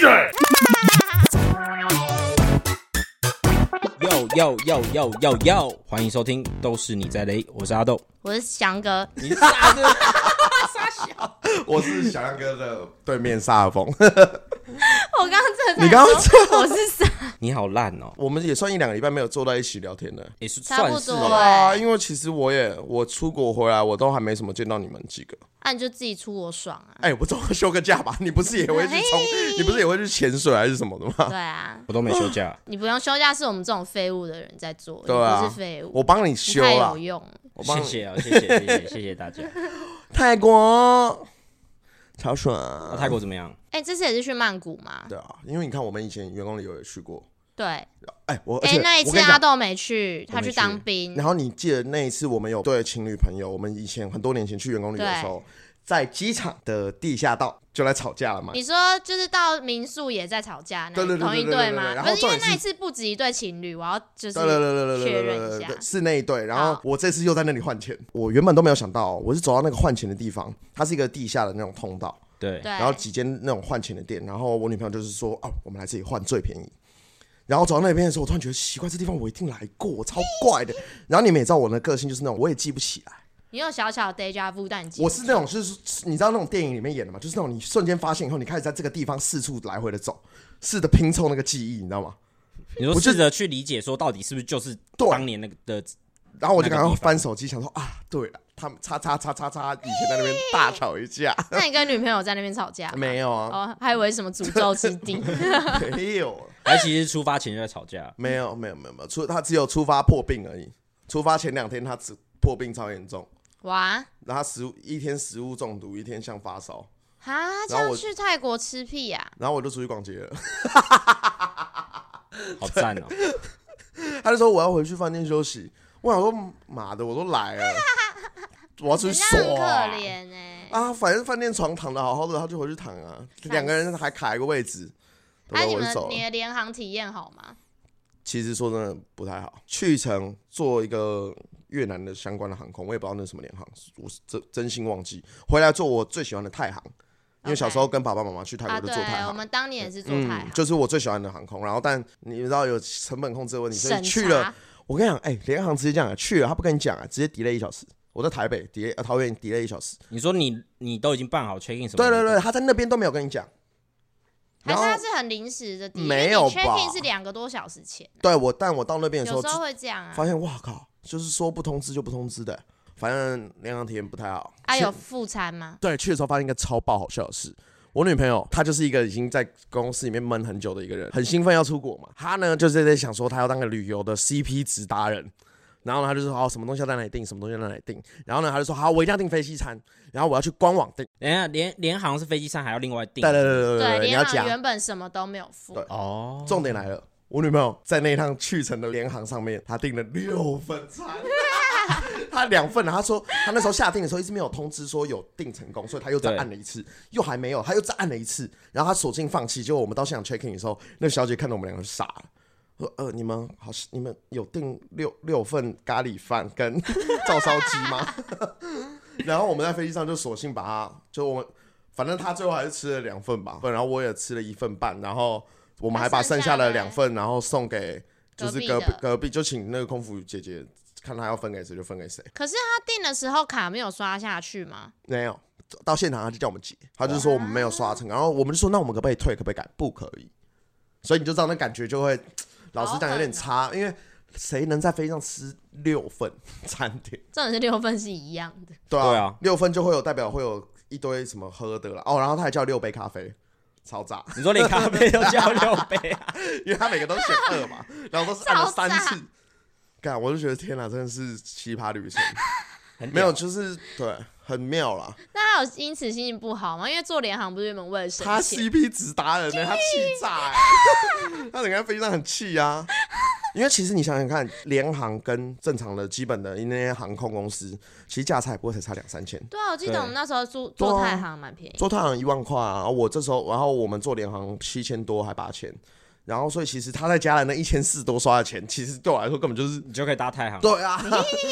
嘴！哟哟哟哟哟哟！欢迎收听《都是你在雷》，我是阿豆。我是翔哥，你傻的，我是小亮哥的对面萨尔风， 我刚刚真的你刚刚在说我是傻， 你好烂哦！我们也算一两个礼拜没有坐在一起聊天了。也是差算不是哦多吧欸。啊，因为其实我也我出国回来，我都还没什么见到你们几个。啊那你就自己出我爽啊！哎、我总要休个假吧？ 你不是也会去冲嘿？你不是也会去潜水还是什么的吗？ 对啊，我都没休 假。你不用休假，是我们这种废物的人在做，对啊你不是废物，我帮你你休啊太了有。用。我帮谢你谢啊，谢谢谢谢谢谢大家。泰国，超爽、 那泰国怎么样？哎，这次也是去曼谷吗？对啊，因为你看我们以前员工旅游也去过。对，哎、我而哎且，那一我次跟你阿讲，豆没去，他没去去当兵然，后你记得那一次我们有对情侣朋友，我们以前很多年前去员工旅游的时候，在机场的地下道就来吵架了嘛。你说就是到民宿也在吵架，那对对对同一对对对对对吗？然不后是因为重点是那一次不止一对情侣，我要就是对对对对确对认对一对下对，是那一对。然后好我这次又在那里换钱，我原本都没有想到哦，我是走到那个换钱的地方，它是一个地下的那种通道，对，对，然后几间那种换钱的店。然后我女朋友就是说，哦，我们来这里换最便宜。然后走到那边的时候，我突然觉得奇怪，这地方我一定来过，超怪的。然后你们也知道我的个性就是那种，我也记不起来。你有小小的 deja vu，但你记我是那种，就是你知道那种电影里面演的嘛，就是那种你瞬间发现以后，你开始在这个地方四处来回的走，试着拼凑那个记忆，你知道吗？你说我就试着去理解，说到底是不是就是对当年那个的？然后我就那个赶快地方翻手机，想说啊，对了，他们叉叉叉叉叉以前在那边大吵一架，那你跟女朋友在那边吵架吗？ 没有啊，哦，还以为什么诅咒之 地。没有，啊还其实出发前就在吵架。没有，没有，没有，没有，出他只有出发破病而已，出发前两天他只破病超严重，哇然后他食物一天食物中毒，一天像发烧，哈，这然后样我去泰国吃屁呀、然后我就出去逛街 了，好赞哦！他就说我要回去饭店休息，我想说妈的我都 来了，我要出人去家很可爽啊。怜哎、啊，反正饭店床躺的好好的，他就回去躺啊，两个人还卡一个位置，对哎、吧？你我就们走了你。的联航体验好吗？其实说真的不太好，去程做一个越南的相关的航空，我也不知道那是什么联航，我是真真心忘记。回来做我最喜欢的泰航，因为小时候跟爸爸妈妈去泰啊，国对就做泰，我航。们当年也是做泰、嗯，就是我最喜欢的航空，然后但你知道有成本控制的问题，所以审去查了，我跟你讲，哎、联航直接这样啊，去了他不跟你讲啊，直接 delay 一小时。我在台北 delay，、呃、桃园 delay 一小时，你说你你都已经办好 check in 什么？对对对，，他在那边都没有跟你讲。还然是后它是很临时的地？因为没你有 check 吧 in 是两个多小时前，对我，但我到那边的时有候时，候会这样啊。发现哇靠，就是说不通知就不通知的，反正联航体验不太好。啊，去有副餐吗？对，去的时候发现一个超爆好笑的事。我女朋友她就是一个已经在公司里面闷很久的一个人，很兴奋要出国嘛。她呢就是在想说她要当个旅游的 CP 值达人，然后呢她就说好、什么东西要在哪里订，什么东西要在哪里订。然后呢她就说好我一定要订飞机餐，然后我要去官网订。等一下联联航是飞机上还要另外订。对对对对对，你要联航讲。原本什么都没有付，对哦，重点来了，我女朋友在那一趟去程的联航上面，她订了六份餐。 她两份啊，她说她那时候下订的时候一直没有通知说有订成功，所以她又再对按了一次，又还没有，她又再按了一次，然后她索性放弃。结果我们到现场 check in 的时候，那个小姐看到我们两个就傻了，说：“呃，你们好，你们有订六六份咖喱饭跟 照烧鸡吗？”然后我们在飞机上就索性把它，就我们反正她最后还是吃了两份吧，然后我也吃了一份半，然后我们还把剩下的两份，然后送给就是隔隔壁壁的隔壁，就请那个空服姐姐看她要分给谁就分给谁。可是他订的时候卡没有刷下去吗？没有，到现场他就叫我们结，他就说我们没有刷成，然后我们就说那我们可不可以退，可不可以改？不可以，所以你就知道那感觉就会，老实讲有点差，因为谁能在飞机上吃六份 餐点？重点是六份是一样的， 对对啊六份就会有代表会有一堆什么喝的了哦，然后他还叫六杯咖啡。超炸， 你说连咖啡都叫六杯啊？因为他每个都选二嘛，然后都是按了超三炸次，干我就觉得天哪，真的是奇葩旅程，很屌没有就是对，很妙啦。那他有因此心情不好吗？因为做联航不是原本为了省他钱， CP 值达人呢、他气炸哎、他整个飞机上很气啊。因为其实你想想看，联航跟正常的基本的那些航空公司，其实价差也不会才差两三千。对啊，我记对得我们那时候做对啊做太行蛮便宜的。做太阳一万块啊，我这时候，然后我们做联航七千多还八千，然后所以其实他在加了那一千四多刷的钱，其实对我来说根本就 是你就可以搭太行。 对啊，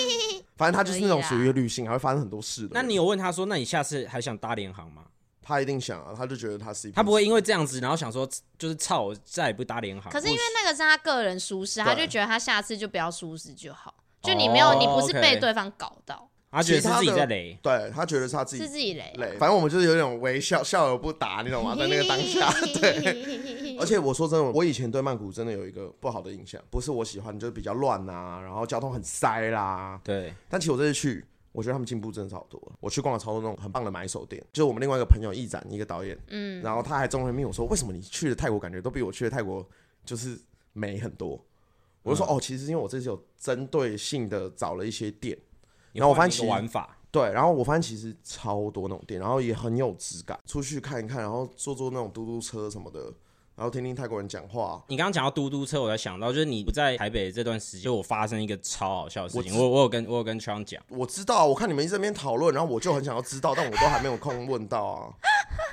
反正他就是那种可以啦属于旅行还会发生很多事的。那你有问他说，那你下次还想搭联航吗？他一定想啊，他就觉得他 CP，他不会因为这样子，然后想说就是操，我再也不搭联行。可是因为那个是他个人疏失，对他就觉得他下次就不要疏失就好。就你没有，哦你不是 OK 被对方搞到，他觉得是自己其他的在雷，对他觉得是他自是己自己雷。累，反正我们就是有点微笑笑而不答，你懂吗？在那个 当 下，对。而且我说真的，我以前对曼谷真的有一个不好的印象，不是我喜欢，就是比较乱啊，然后交通很塞啦。对，但其实我这次去，我觉得他们进步真的超多了。我去逛了超多那种很棒的买手店，就是我们另外一个朋友一展一个导演，嗯，然后他还中文命我说，为什么你去的泰国感觉都比我去的泰国就是美很多？我就说、哦，其实因为我这次有针对性的找了一些店，然后我发现你换一个玩法，对，然后我发现其实超多那种店，然后也很有质感，出去看一看，然后坐坐那种嘟嘟车什么的，然后听听泰国人讲话。你刚刚讲到嘟嘟车，我才想到，就是你不在台北这段时间，我发生一个超好笑的事情。我我我有跟我有跟 Chang 讲，我知道，我看你们一直在那边讨论，然后我就很想要知道，但我都还没有空问到啊。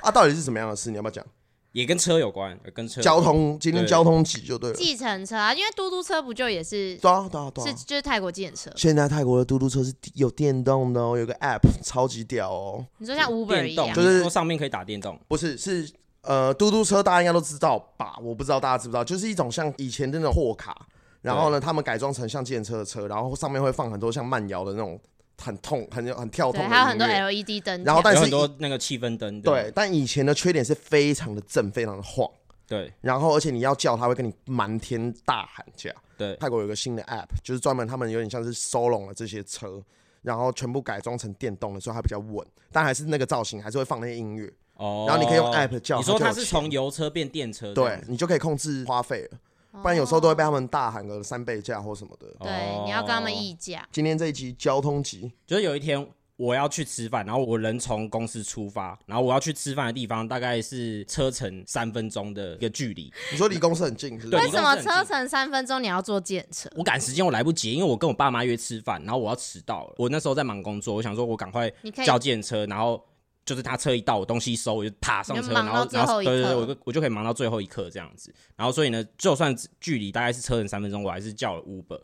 啊，到底是什么样的事？你要不要讲？也跟车有关，呃跟车有交关通今天对交通挤就对了。计程车啊，因为嘟嘟车不就也是对啊，对啊，对是啊。就是泰国计程车？现在泰国的嘟嘟车是有电动的哦，有个 app 超级屌哦。你说像 Uber 一电动，样就，你是说上面可以打电动，不是，是呃，嘟嘟车大家应该都知道吧？我不知道大家知不知道，就是一种像以前的那种货卡，然后呢，他们改装成像电车的车，然后上面会放很多像慢摇的那种很痛、很很跳对，动的还有很多音乐 LED 灯条，然后但有是很多那个气氛灯。对，但以前的缺点是非常的震，非常的晃，对然后而且你要叫他会跟你瞒天大喊价。对，泰国有个新的 app，就是专门他们有点像是收拢了这些车，然后全部改装成电动的，所以它比较稳，但还是那个造型，还是会放那些音乐。哦，然后你可以用 app 叫你说它它就有是钱从油车变电车这样对子，你就可以控制花费了，不然有时候都会被他们大喊个三倍价或什么的。哦对，你要跟他们议价。今天这一集交通集，就是有一天我要去吃饭，然后我人从公司出发，然后我要去吃饭的地方大概是车程三分钟的一个距离，你说离公司很近是不对是为？什么车程三分钟你要坐计程车？我赶时间我来不及，因为我跟我爸妈约吃饭，然后我要迟到了。我那时候在忙工作，我想说我赶快你可以叫电车，然后就是他车一到，我东西一收，我就啪上你车，就忙然到后最然后后一对对对，刻我就我就可以忙到最后一刻这样子。然后所以呢，就算距离大概是车程三分钟，我还是叫了 Uber。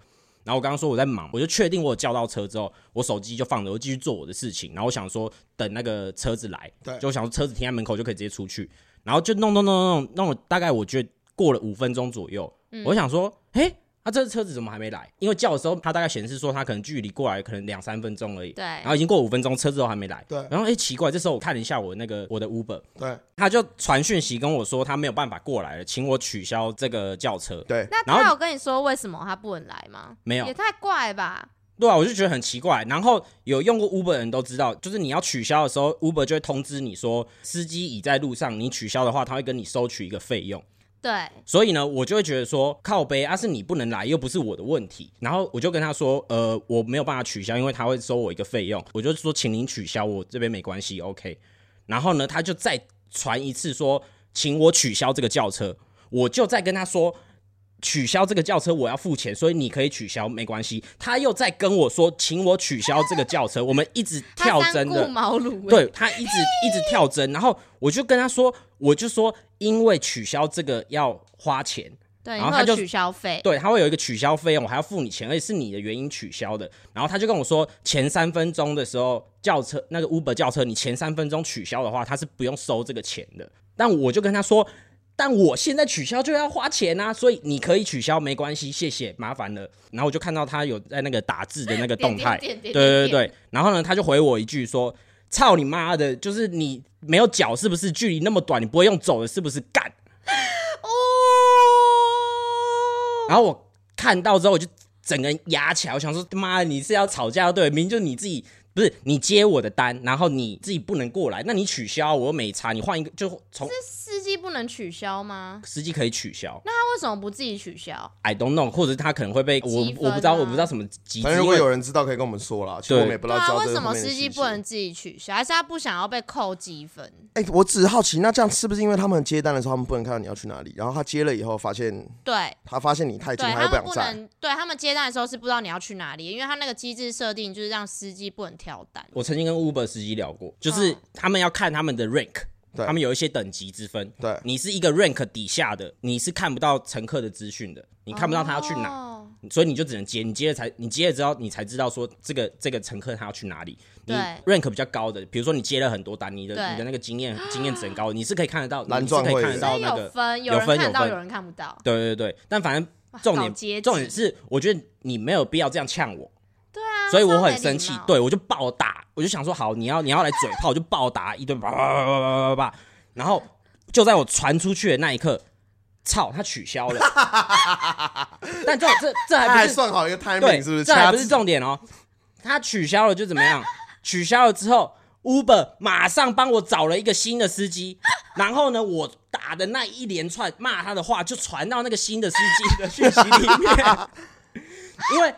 然后我刚刚说我在忙，我就确定我有叫到车之后，我手机就放着，我继续做我的事情。然后我想说等那个车子来，对就我想说车子停在门口就可以直接出去。然后就弄弄弄弄弄，大概我觉得过了五分钟左右，我想说，诶，他、这车子怎么还没来？因为叫的时候，他大概显示说他可能距离过来可能两三分钟而已。对然后已经过五分钟，车子都还没来。对然后诶，奇怪，这时候我看了一下我那个我的 Uber，对他就传讯息跟我说他没有办法过来了，请我取消这个轿车。对，那然后他有跟你说为什么他不能来吗？没有也太怪了吧！对啊，我就觉得很奇怪。然后有用过 Uber 的人都知道，就是你要取消的时候，Uber 就会通知你说司机已在路上，你取消的话，他会跟你收取一个费用。对，所以呢，我就会觉得说靠背啊，是你不能来，又不是我的问题。然后我就跟他说，呃，我没有办法取消，因为他会收我一个费用。我就说，请您取消，我这边没关系，OK。然后呢，他就再传一次说，请我取消这个轿车。我就再跟他说，取消这个轿车我要付钱，所以你可以取消，没关系。他又再跟我说，请我取消这个轿车。我们一直跳他三针顾的，茅庐、欸，对他一直一直跳针，然后我就跟他说，我就说因为取消这个要花钱，对，然后你他会有就取消费。对，他会有一个取消费用，我还要付你钱，而且是你的原因取消的。然后他就跟我说，前三分钟的时候轿车那个 Uber 轿车，你前三分钟取消的话，他是不用收这个钱的。但我就跟他说，但我现在取消就要花钱啊，所以你可以取消，没关系，谢谢，麻烦了。然后我就看到他有在那个打字的那个动态，点点点对点对对点对，然后呢，他就回我一句说：“操你妈的，就是你没有脚是不是？距离那么短，你不会用走的是不是？干哦！！”然后我看到之后，我就整个人压起来，我想说：“他妈的，你是要吵架对？明明就你自己不是你接我的单，然后你自己不能过来，那你取消，我又没差，你换一个就从司机不能取消吗？司机可以取消。那他为什么不自己取消？ I don't know，或者他可能会被我积分啊我不知道我不知道什么机制，反正如果因为有人知道，可以跟我们说啦。其实我们也不知对道知啊，道为这什是后么面的司细机节不能？自己取消？还是他不想要被扣积分？哎，我只是好奇，那这样是不是因为他们接单的时候，他们不能看到你要去哪里？然后他接了以后，发现对。他发现你太近，对又他不们想不在。能，对他们接单的时候是不知道你要去哪里，因为他那个机制设定就是让司机不能跳单。我曾经跟 Uber 司机聊过，就是嗯他们要看他们的 rank，对他们有一些等级之分。对你是一个 rank 底下的，你是看不到乘客的资讯的，你看不到他要去哪。哦所以你就只能接，你接了才你接了之后，你才知道说这个这个乘客他要去哪里。你对 rank 比较高的，比如说你接了很多单，你的对你的那个 经验经验值很高，你是可以看得到，蓝你是可钻会以看得员到所以那哎有个。分，有人分看有到，分有人看不到。对对对，但反正哇重搞点阶级重点是，我觉得你没有必要这样呛我。对啊，所以我超没很礼生气貌，对我就暴打，我就想说好，你要你要来嘴炮，我就暴打一顿，叭叭叭叭叭叭叭，然后就在我传出去的那一刻，操，他取消 了。但这这这他还哎还不是算好一个 timing，对，是不是？这还不掐是指重点哦，他取消了就怎么样？ 取消了之后，Uber 马上帮我找了一个新的司机，然后呢，我打的那一连串骂他的话就传到那个新的司机的讯息里面， 因为。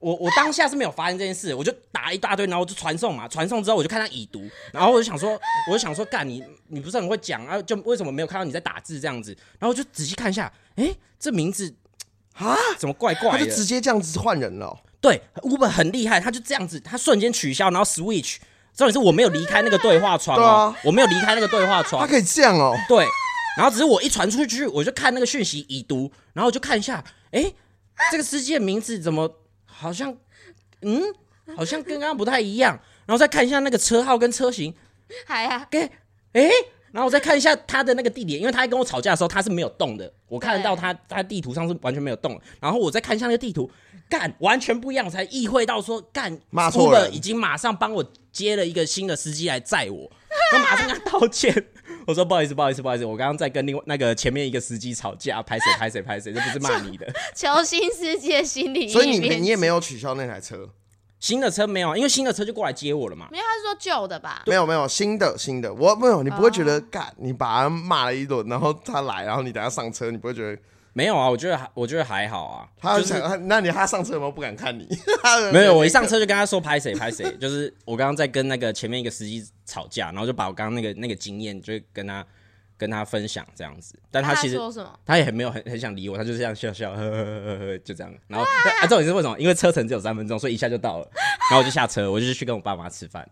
我我当下是没有发现这件事，我就打一大堆，然后我就传送嘛，传送之后我就看他已读，然后我就想说，我就想说，干你你不是很会讲啊？就为什么没有看到你在打字这样子？然后我就仔细看一下，诶，这名字啊，怎么怪怪他的？就直接这样子换人了哦。对，Uber 很厉害，他就这样子，他瞬间取消，然后 Switch。重点是我没有离开那个对话窗、对哦啊，我没有离开那个对啊话他窗，可以这样哦，对。然后只是我一传出去，我就看那个讯息已读，然后我就看一下，诶，这个司机的名字怎么好像，嗯，好像跟刚刚不太一样。然后再看一下那个车号跟车型，还啊，给，诶，然后我再看一下他的那个地点，因为他在跟我吵架的时候他是没有动的，我看得到他他地图上是完全没有动的。然后我再看一下那个地图，干完全不一样，我才意会到说干骂错 Uber 人已经马上帮我接了一个新的司机来载我，我马上跟他道歉。我说不好意思，不好意思，不好意思，我刚刚在跟另外那个前面一个司机吵架， 拍谁拍谁拍谁，这不是骂你的。 求新世界心理所以你阴影面你也没有取消那台车，积新的车没有啊，因为新的车就过来接我了嘛。没有，他是说旧的吧？没有没有新的新的，我没有，你不会觉得干，你把他骂了一顿，然后他来，然后你等下上车，你不会觉得没有啊，我觉得还我觉得还好啊，他就是想，他那你他上车有没有不敢看你？ 他没有，我一上车就跟他说拍谁拍谁，就是我刚刚在跟那个前面一个司机吵架，然后就把我刚刚那个那个经验，就跟他跟他分享这样子。但那他他其实说什么？他也很没有很很想理我，他就是这样笑笑呵呵呵呵呵就这样。然后啊，重点是为什么？因为车程只有三分钟，所以一下就到了。然后我就下车，我就去跟我爸妈吃饭。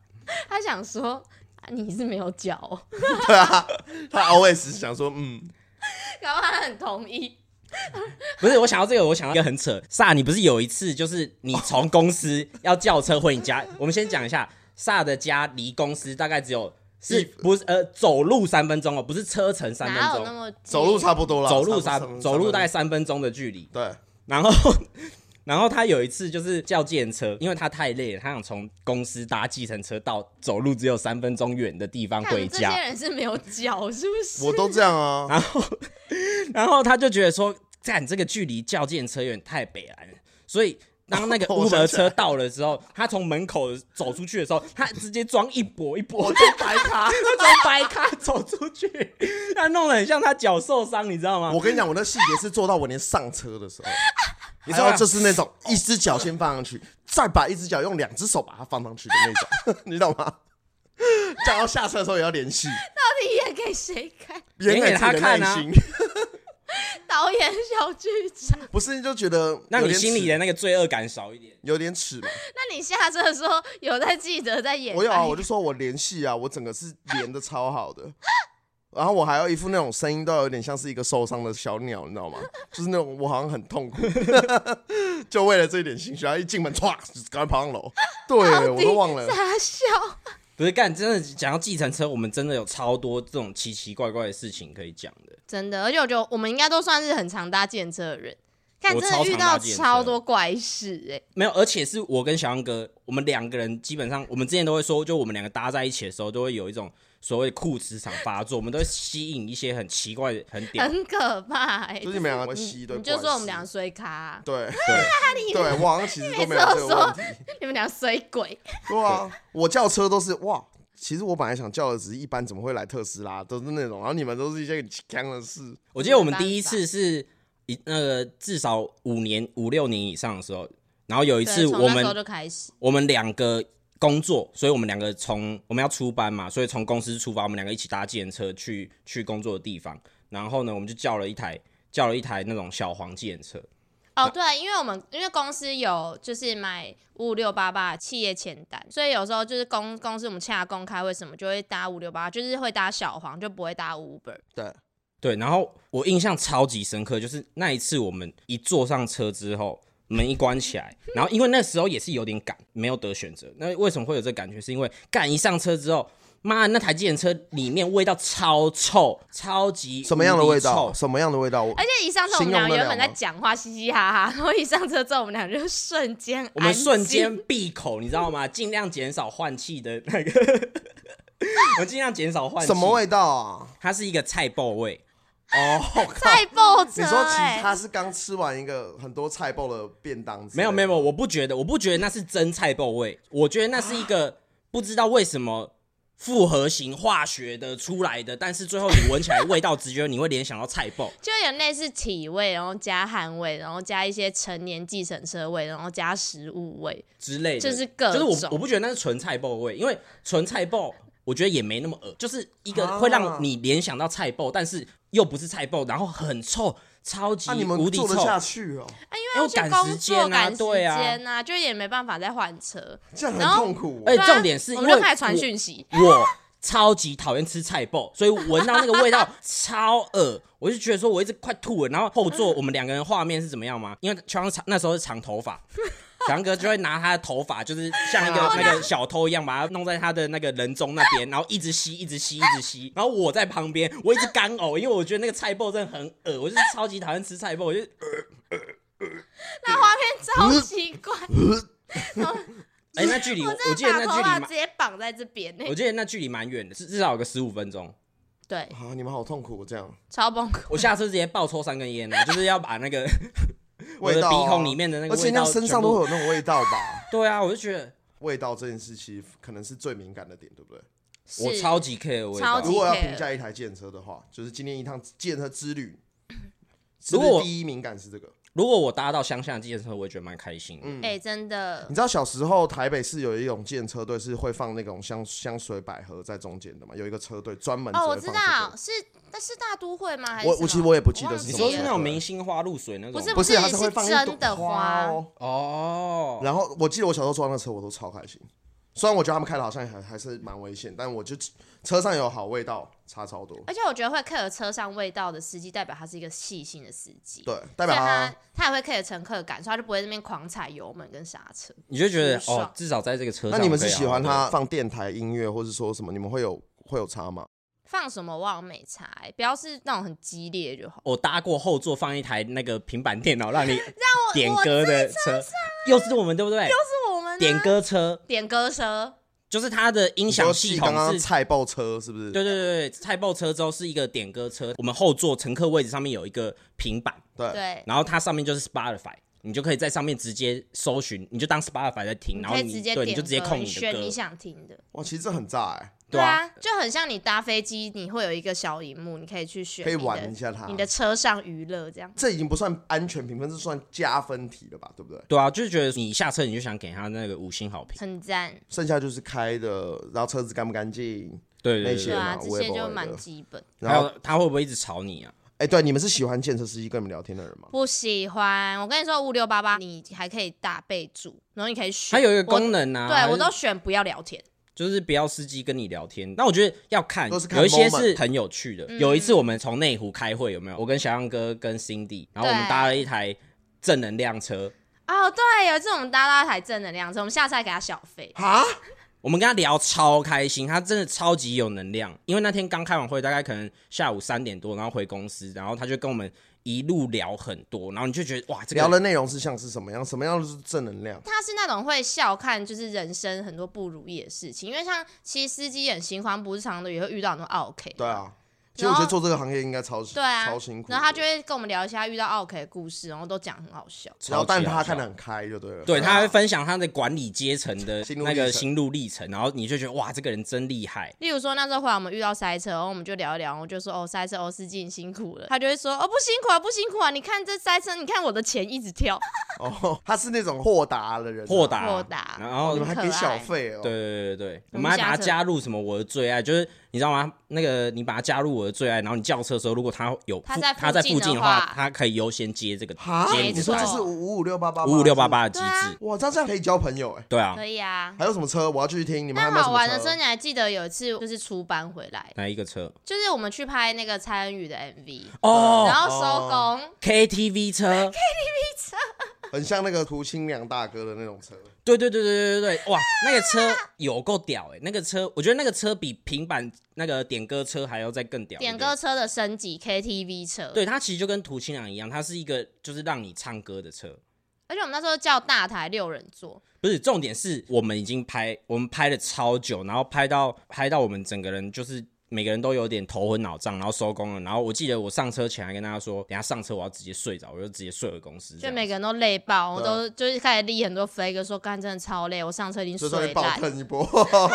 他想说啊你是没有脚 哦，对啊，他 always 想说，嗯，搞不好他很同意。不是我想到这个，我想到一个很扯。萨，你不是有一次就是你从公司要叫车回你家？我们先讲一下，萨的家离公司大概只有是一不是呃走路三分钟哦，不是车程三分哪有那钟，么走路长？差不多了，走路差三不多走路大概差三分钟的距离不。多然后 然后他有一次就是叫计程车，因为他太累了，他想从公司搭计程车到走路只有三分钟远的地方看回这家些。人是没有脚，是不是？对，我都这样啊，然后然后他就觉得说，干这个距离较见车有点太北蓝了，所以。当那个 我想 Uber 起来车到了之后，他从门口走出去的时候，他直接装一跛一跛， 我就白他。他从白咖走出去， 他弄得很像他脚受伤，你知道吗？我跟你讲，我那细节是做到我连上车的时 候，你知还道，要就是那种一只脚先放上去， 再把一只脚用两只手把它放上去的那种， 你懂吗？讲到下车的时候也要联系，你演给谁看？演给给他自己的看内啊心，导演小剧场。 不是你就觉得让有你点心里耻的那个罪恶感少一点。有点耻嘛？那你下车的时候有在记得在演？我有啊，我就说我联系啊，我整个是连的超好的， 然后我还要一副那种声音都有点像是一个受伤的小鸟，你知道吗？就是那种我好像很痛苦， 就为了这一点兴趣，然后一进门唰，赶快跑上楼。对，我都忘 了。傻笑。不是干，真的讲到计程车，我们真的有超多这种奇奇怪怪的事情可以讲的。真的，而且我觉得我们应该都算是很常搭建车的人，看我真超的遇常到搭计程车超多怪事哎、没有，而且是我跟小杨哥，我们两个人基本上，我们之前都会说，就我们两个搭在一起的时候，都会有一种所谓酷磁场发作，我们都会吸引一些很奇怪的、很 屌。很可怕哎、就是你们两个会啊吸一堆你怪就事说我们俩衰咖啊、对 你对，我好像其实都没有每次都这个问题。 你们俩衰鬼， 对啊，我叫车都是哇。其实我本来想叫的只是一般，怎么会来特斯拉？都是那种，然后你们都是一些很强的事。我记得我们第一次是一那个至少五年、五六年以上的时候，然后有一对次从我那时候们就开始，我们两个工作，所以我们两个从我们要出班嘛，所以从公司出发，我们两个一起搭计程车去去工作的地方。然后呢，我们就叫了一台叫了一台那种小黄计程车，哦，对，因为我们因为公司有就是买五五六八八企业签单，所以有时候就是公公司我们洽公开会什么就会搭五六八，就是会搭小黄，就不会搭 Uber。对，对，然后我印象超级深刻，就是那一次我们一坐上车之后，门一关起来，然后因为那时候也是有点赶，没有得选择。那为什么会有这感觉？是因为干一上车之后，妈，那台计程车里面味道超臭，超级什么样的无敌味道？臭什么样的味道？而且一上车我们俩形容得原本了吗在讲话嘻嘻哈 哈，然后一上车之后我们俩就瞬间我们瞬安间静闭口，你知道吗？尽量减少换气的那个， 我们尽量减少换气。什么？味道啊？它是一个菜爆味，哦，我靠！太爆车你说其哎、他是刚吃完一个很多菜爆的便当 之类的？没有没有，没有我不觉得，我不觉得那是真菜爆味，我觉得那是一啊个不知道为什么复合型化学的出来的，但是最后你闻起来味道，直觉你会联想到菜爆。就有点类似体味，然后加汗味，然后加一些成年计程车味，然后加食物味。之类的，就是各就是我种我不觉得那是纯菜爆味，因为纯菜爆我觉得也没那么恶，就是一个啊会让你联想到菜爆，但是又不是菜爆，然后很臭，超级那啊你们无敌做臭，得下去哦？因为去赶工时作间啊，赶时对啊，间啊，就也没办法再换车。这样很然后痛苦哦。而对且啊重点是我因们就为开始传我讯息，我超级讨厌吃菜爆，所以闻到那个味道超恶，我就觉得说我一直快吐了。然后后座我们两个人画面是怎么样吗？因为强长那时候是长头发。 强哥就会拿他的头发，就是像一个那个小偷一样，把它弄在他的那个人中那边，然后一直吸，一直吸，一直吸。然后我在旁边，我一直干呕，因为我觉得那个菜爆真的很恶，我就是超级讨厌吃菜爆，我就那画面呃超奇怪。哎、那距离 我真我记的把得那距头离发蛮直，接绑在这边呢、欸我记得那距离蛮远的，至至少有个十五分钟。对，啊，你们好痛苦哦，这样超崩溃。我下车直接爆抽三根烟呢，就是要把那个我味的道啊鼻孔里面的那个而且味人家道，身上都会。有那种味道吧？对啊，我就觉得味道这件事其实可能是最敏感的点，对不对？我是超级 care 味超道级。如果要 care 评价一台电车的话，就是今天一趟电车之旅，如果是我不是第一敏感是这个，如果我搭到乡下的计程车，我也觉得蛮开心的。嗯哎、真的你，知道小时候台北市有一种电车队是会放那种香香水百合在中间的嘛？有一个车队专门只哦，我会知放这个、道是那是大都会吗？还是我什我其实么我也不记得忘是你什记么说车是队那种明星花露水那种吗？不是不是，它是会放一朵真的花花哦。哦，然后我记得我小时候坐那车，我都超开心。虽然我觉得他们开的好像还还是蛮危险，但我就车上有好味道，差超多。而且我觉得会 care 车上味道的司机，代表他是一个细心的司机。对，代所表以他他他也会 care 乘客的感受，他就不会在那边狂踩油门跟刹车。你就觉得舒爽哦，至少在这个车那上，你们是喜欢他？放电台音乐，或是说什么？你们会有会有差吗？放什么忘没差、欸，不要是那种很激烈就好。我搭过后座放一台那个平板电脑， 让你我点歌的车，又是我们对不对？是我们啊点歌车点歌车，就是它的音你响说系系啊统刚刚是菜爆车是不是？对对对，对菜爆车之后是一个点歌车，我们后座乘客位置上面有一个平板，对，对，然后它上面就是 Spotify，你就可以在上面直接搜寻，你就当 Spotify 在听，然可后以你直接对点你就直接歌控你你的选你歌，想听的。哇，其实这很炸哎、对对啊啊，就很像你搭飞机，你会有一个小荧幕，你可以去选可以你的玩一下它你的车上娱乐这样。这已经不算安全评分，这算加分题了吧？对不对？对啊，就是觉得你下车你就想给他那个五星好评，很赞，剩下就是开的，然后车子干不干净，对对那对些对对，啊，嘛这我也些不就会蛮的基本。然还后有他会不会一直吵你啊？哎、对，你们是喜欢建设司机跟你们聊天的人吗？不喜欢，我跟你说，五六八八你还可以打备注，然后你可以选。它有一个我功能啊，对我就是都选不要聊天，就是不要司机跟你聊天。那我觉得要看，都是看有一些 moment 是很有趣的。嗯有一次我们从内湖开会，有没有？我跟小杨哥跟 Cindy，然后我们对搭了一台正能量车，哦，对，有一次我们搭到一台正能量车，我们下次还给他小费。啊，我们跟他聊超开心，他真的超级有能量。因为那天刚开完会，大概可能下午三点多，然后回公司，然后他就跟我们一路聊很多，然后你就觉得哇，这聊个的内容是像是什么样？什么样是正能量？他是那种会笑看，就是人生很多不如意的事情，因为像其实司机很心慌不是常的，也会遇到很多 OK。对啊，其实我然觉后得做这个行业应该超对啊，超辛苦的。然后他就会跟我们聊一下遇到 OK 的故事，然后都讲很好笑。然后但超级好他笑看得很开就对了。对，他还会分享他的管理阶层的心路历那程个心路历程，然后你就觉得哇，这个人真厉害。例如说那时候回来我们遇到塞车，然后我们就聊一聊，然后就说哦塞车哦司机你辛苦了，他就会说哦不辛苦啊不辛苦啊，你看这塞车，你看我的钱一直跳，哦，他是那种豁达的人、啊豁，达，豁达然后你们还给很可爱小费哦。对，对对对，我我们们还把下它车加入什么我的最爱，就是你知道吗？那个你把它加入我的最爱，然后你叫车的时候，如果它有它附在附它在附近的近的话它可以优先接这个哈，接没你你的说错这单，是五五六八八五五六八，八的机对啊制，哇，这样这样可以交朋友哎、对 啊可，以啊。还有什么车？我要继续听。你们那还有没有什好么玩的车，你还记得有一次就是出班回来，哪一个车？就是我们去拍那个蔡恩宇的 MV，、哦然后收工， ，KTV 车，KTV 车，很像那个涂清凉大哥的那种车。对对对对对对对，哇，那个车有够屌哎、那个车我觉得那个车比平板那个点歌车还要再更屌一点。点歌车的升级 KTV 车，对它其实就跟涂清凉一样，它是一个就是让你唱歌的车。而且我们那时候叫大台六人座，不是重点是我们已经拍，我们拍了超久，然后拍到拍到我们整个人就是每个人都有点头昏脑胀，然后收工了。然后我记得我上车前还跟大家说，等一下上车我要直接睡着，我就直接睡回公司这就样。每个人都累爆，我对啊都就是开始立很多 flag，说干真的超累，我上车已经就上睡面爆烂。喷一波，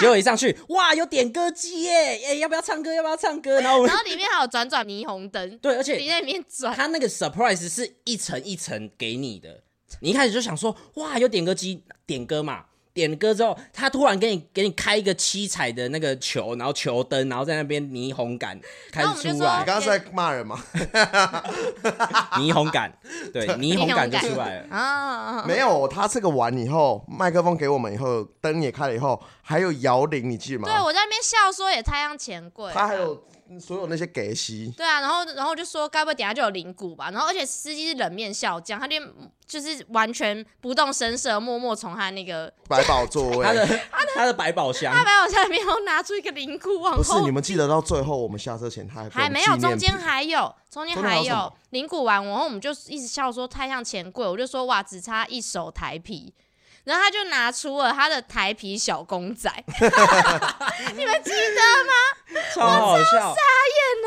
结果一上去，哇，有点歌机耶，哎、要不要唱歌？要不要唱歌？然后我们然后里面还有转转霓虹灯，对，而且你在里面转，他那个 surprise 是一层一层给你的，你一开始就想说，哇，有点歌机，点歌嘛。点歌之后，他突然给你给你开一个七彩的那个球，然后球灯，然后在那边霓虹感开然后我始们就出说来你刚，刚是在骂 人吗？霓虹感，对，霓虹感就出来了。啊啊，啊没有，他这个完以后，麦克风给我们以后，灯也开了以后，还有摇铃，你记得吗？对我在那边笑说也太像钱柜了，他还有所有那些给息，对啊，然后然后就说该不会等下就有灵骨吧？然后而且司机是冷面笑匠，他就就是完全不动声色，默默从他那个百宝座他 的位。他的百宝箱他，把 我下面后拿出一个灵骨往不是，后你，们记得到最后我们下车前，他还给我还们没有纪念中间品还有中间中间还还有什有么灵骨完，然后我们就一直笑说太像钱柜，我就说哇只差一手台皮。然后他就拿出了他的台皮小公仔，超好笑。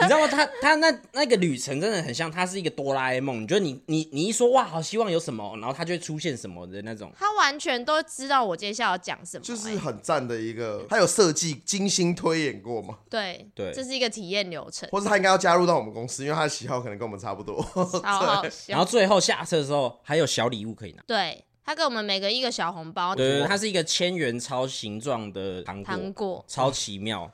你知道吗？他他那那个旅程真的很像，他是一个哆啦 A 梦。你觉得你你你一说哇，好希望有什么，然后他就会出现什么的那种。他完全都知道我接下来要讲什么、就是欸很赞的一个，他有设计精心推演过嘛，对对这是一个体验流程，或是他应该要加入到我们公司，因为他的喜好可能跟我们差不多。好好笑。然后最后下车的时候还有小礼物可以拿。对他给我们每个一个小红包，对对对，它是一个千元钞形状的糖果，糖果。超奇妙，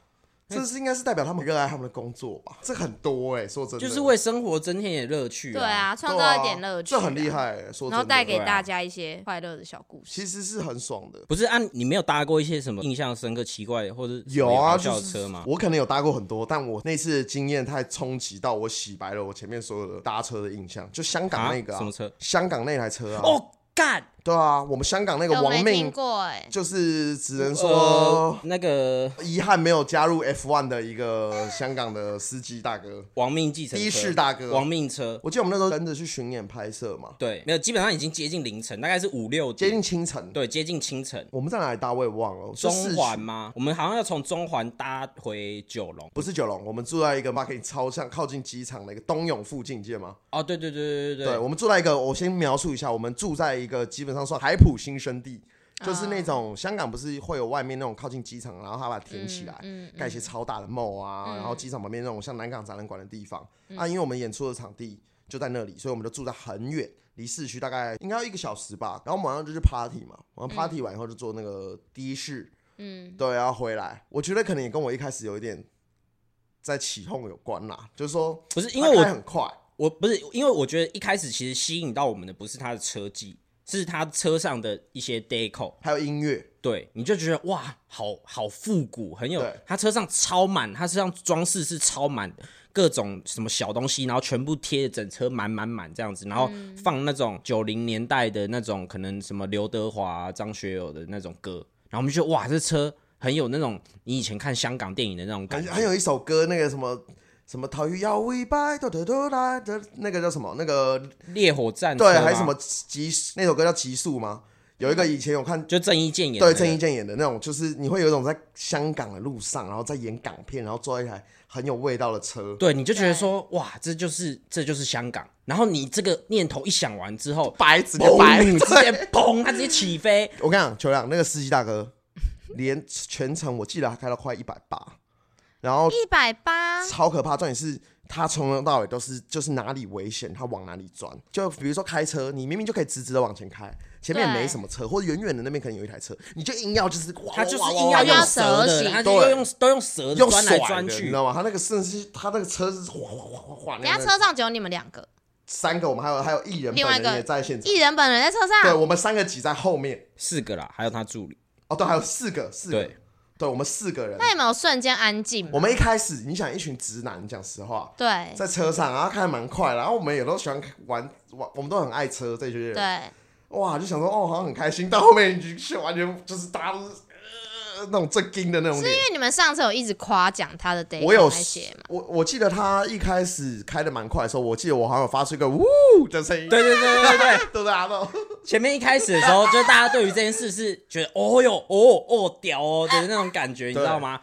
这是应该是代表他们热爱他们的工作吧？这很多哎、说真的，就是为生活增添点乐趣、对啊，啊，创造一点乐趣、对啊这很厉。害、欸。说真的然后带给对啊大家一些快乐的小故事。其实是很爽的。不是啊？你没有搭过一些什么印象深刻、奇怪或者有啊，好就笑的是车吗？我可能有搭过很多，但我那次的经验太冲击到我洗白了我前面所有的搭车的印象。就香港那个、啊什么车？香港那台车啊，哦，干，对啊，我们香港那个哎我亡没听命，过哎、就是只能呃说，那个遗憾没有加入 F1 的一个香港的司机大哥，亡命继承车的士大哥。亡命车，我记得我们那时候跟着去巡演拍摄嘛，对，没有，基本上已经接近凌晨，大概是五六接点，近清晨。对，接近清晨。我们在哪里搭我也忘了，就市中区环吗？我们好像要从中环搭回九龙。不是九龙，我们住在一个 market 超像靠近机场的一个东涌附近，你记得吗？哦，对对对对对对，我们住在一个，我先描述一下，我们住在一个基本上算海普新生地，就是啊嗯那种香港不是会有外面那种靠近机场，然后他把它填起来，嗯盖一些超大的 mall 啊，然后机场旁边那种像南港展览馆的地方、嗯啊，因为我们演出的场地就在那里，所以我们就住在很远，离市区大概应该要一个小时吧。然后我们晚上就去 party 嘛，我们 party 完以后就坐那个的士，嗯，对，然后回来。我觉得可能也跟我一开始有一点在起哄有关啦，就是说不是他因为我开很快，我不是因为我觉得一开始其实吸引到我们的不是他的车技，是他车上的一些 deco，还有音乐，对，你就觉得哇，好好复古，很有对。他车上超满，他车上装饰是超满的，各种什么小东西，然后全部贴整车满满满这样子，然后放那种九零年代的那种可能什么刘德华啊、张学友的那种歌，然后我们就觉得哇，这车很有那种你以前看香港电影的那种感很觉，很有一首歌，那个什么什么逃狱要尾拜，哒哒哒哒哒，那个叫什么？那嗯个烈火战车对，啊还是什么极那首歌叫《极速》吗？有一个以前有看就郑伊健演的对那个郑伊健演的那种，就是你会有一种在香港的路上，然后在演港片，然后坐在一台很有味道的车，对，你就觉得说，哇，这就是这就是香港。然后你这个念头一想完之后，白直接白。嘣，直接对嘣，它直接起飞。我跟你讲，球亮那个司机大哥，连全程我记得他开到快一百八，然后一百八，超可怕。重点是他从头到尾都是就是哪里危险，他往哪里钻。就比如说开车，你明明就可以直直的往前开，前面对没什么车，或者远远的那边可能有一台车，你就硬要就是哇，它就是哇哇硬哇要哇用哇蛇的，对它就用都用蛇的用钻甩来的钻你去知。道吗？他那个甚至是他那个车是哗哗哗哗哗，等那下个车上只有你们两个，三个我们还有还有艺人另外一本个人也在现场，艺人啊本人在车对上，我们三个挤在后面。四个啦，还有他助理。哦，对，还有四个，四个对，对我们四个人，那有没有瞬间安静？我们一开始你想一群直男，讲实话，对在车上然后开得蛮快的，然后我们也都喜欢玩玩，我们都很爱车这些人，对，哇，就想说哦，好像很开心，到后面你就完全就是大家都是呃那种震惊的那种脸因。为你们上次有一直夸奖他的 day 我有写嘛，我我记得他一开始开的蛮快的时候，我记得我好像有发出一个呜的声音，对对对对对， 对不啊对阿豆？前面一开始的时候，就是大家对于这件事是觉得哦哟哦哦屌哦的那种感觉，你知道吗？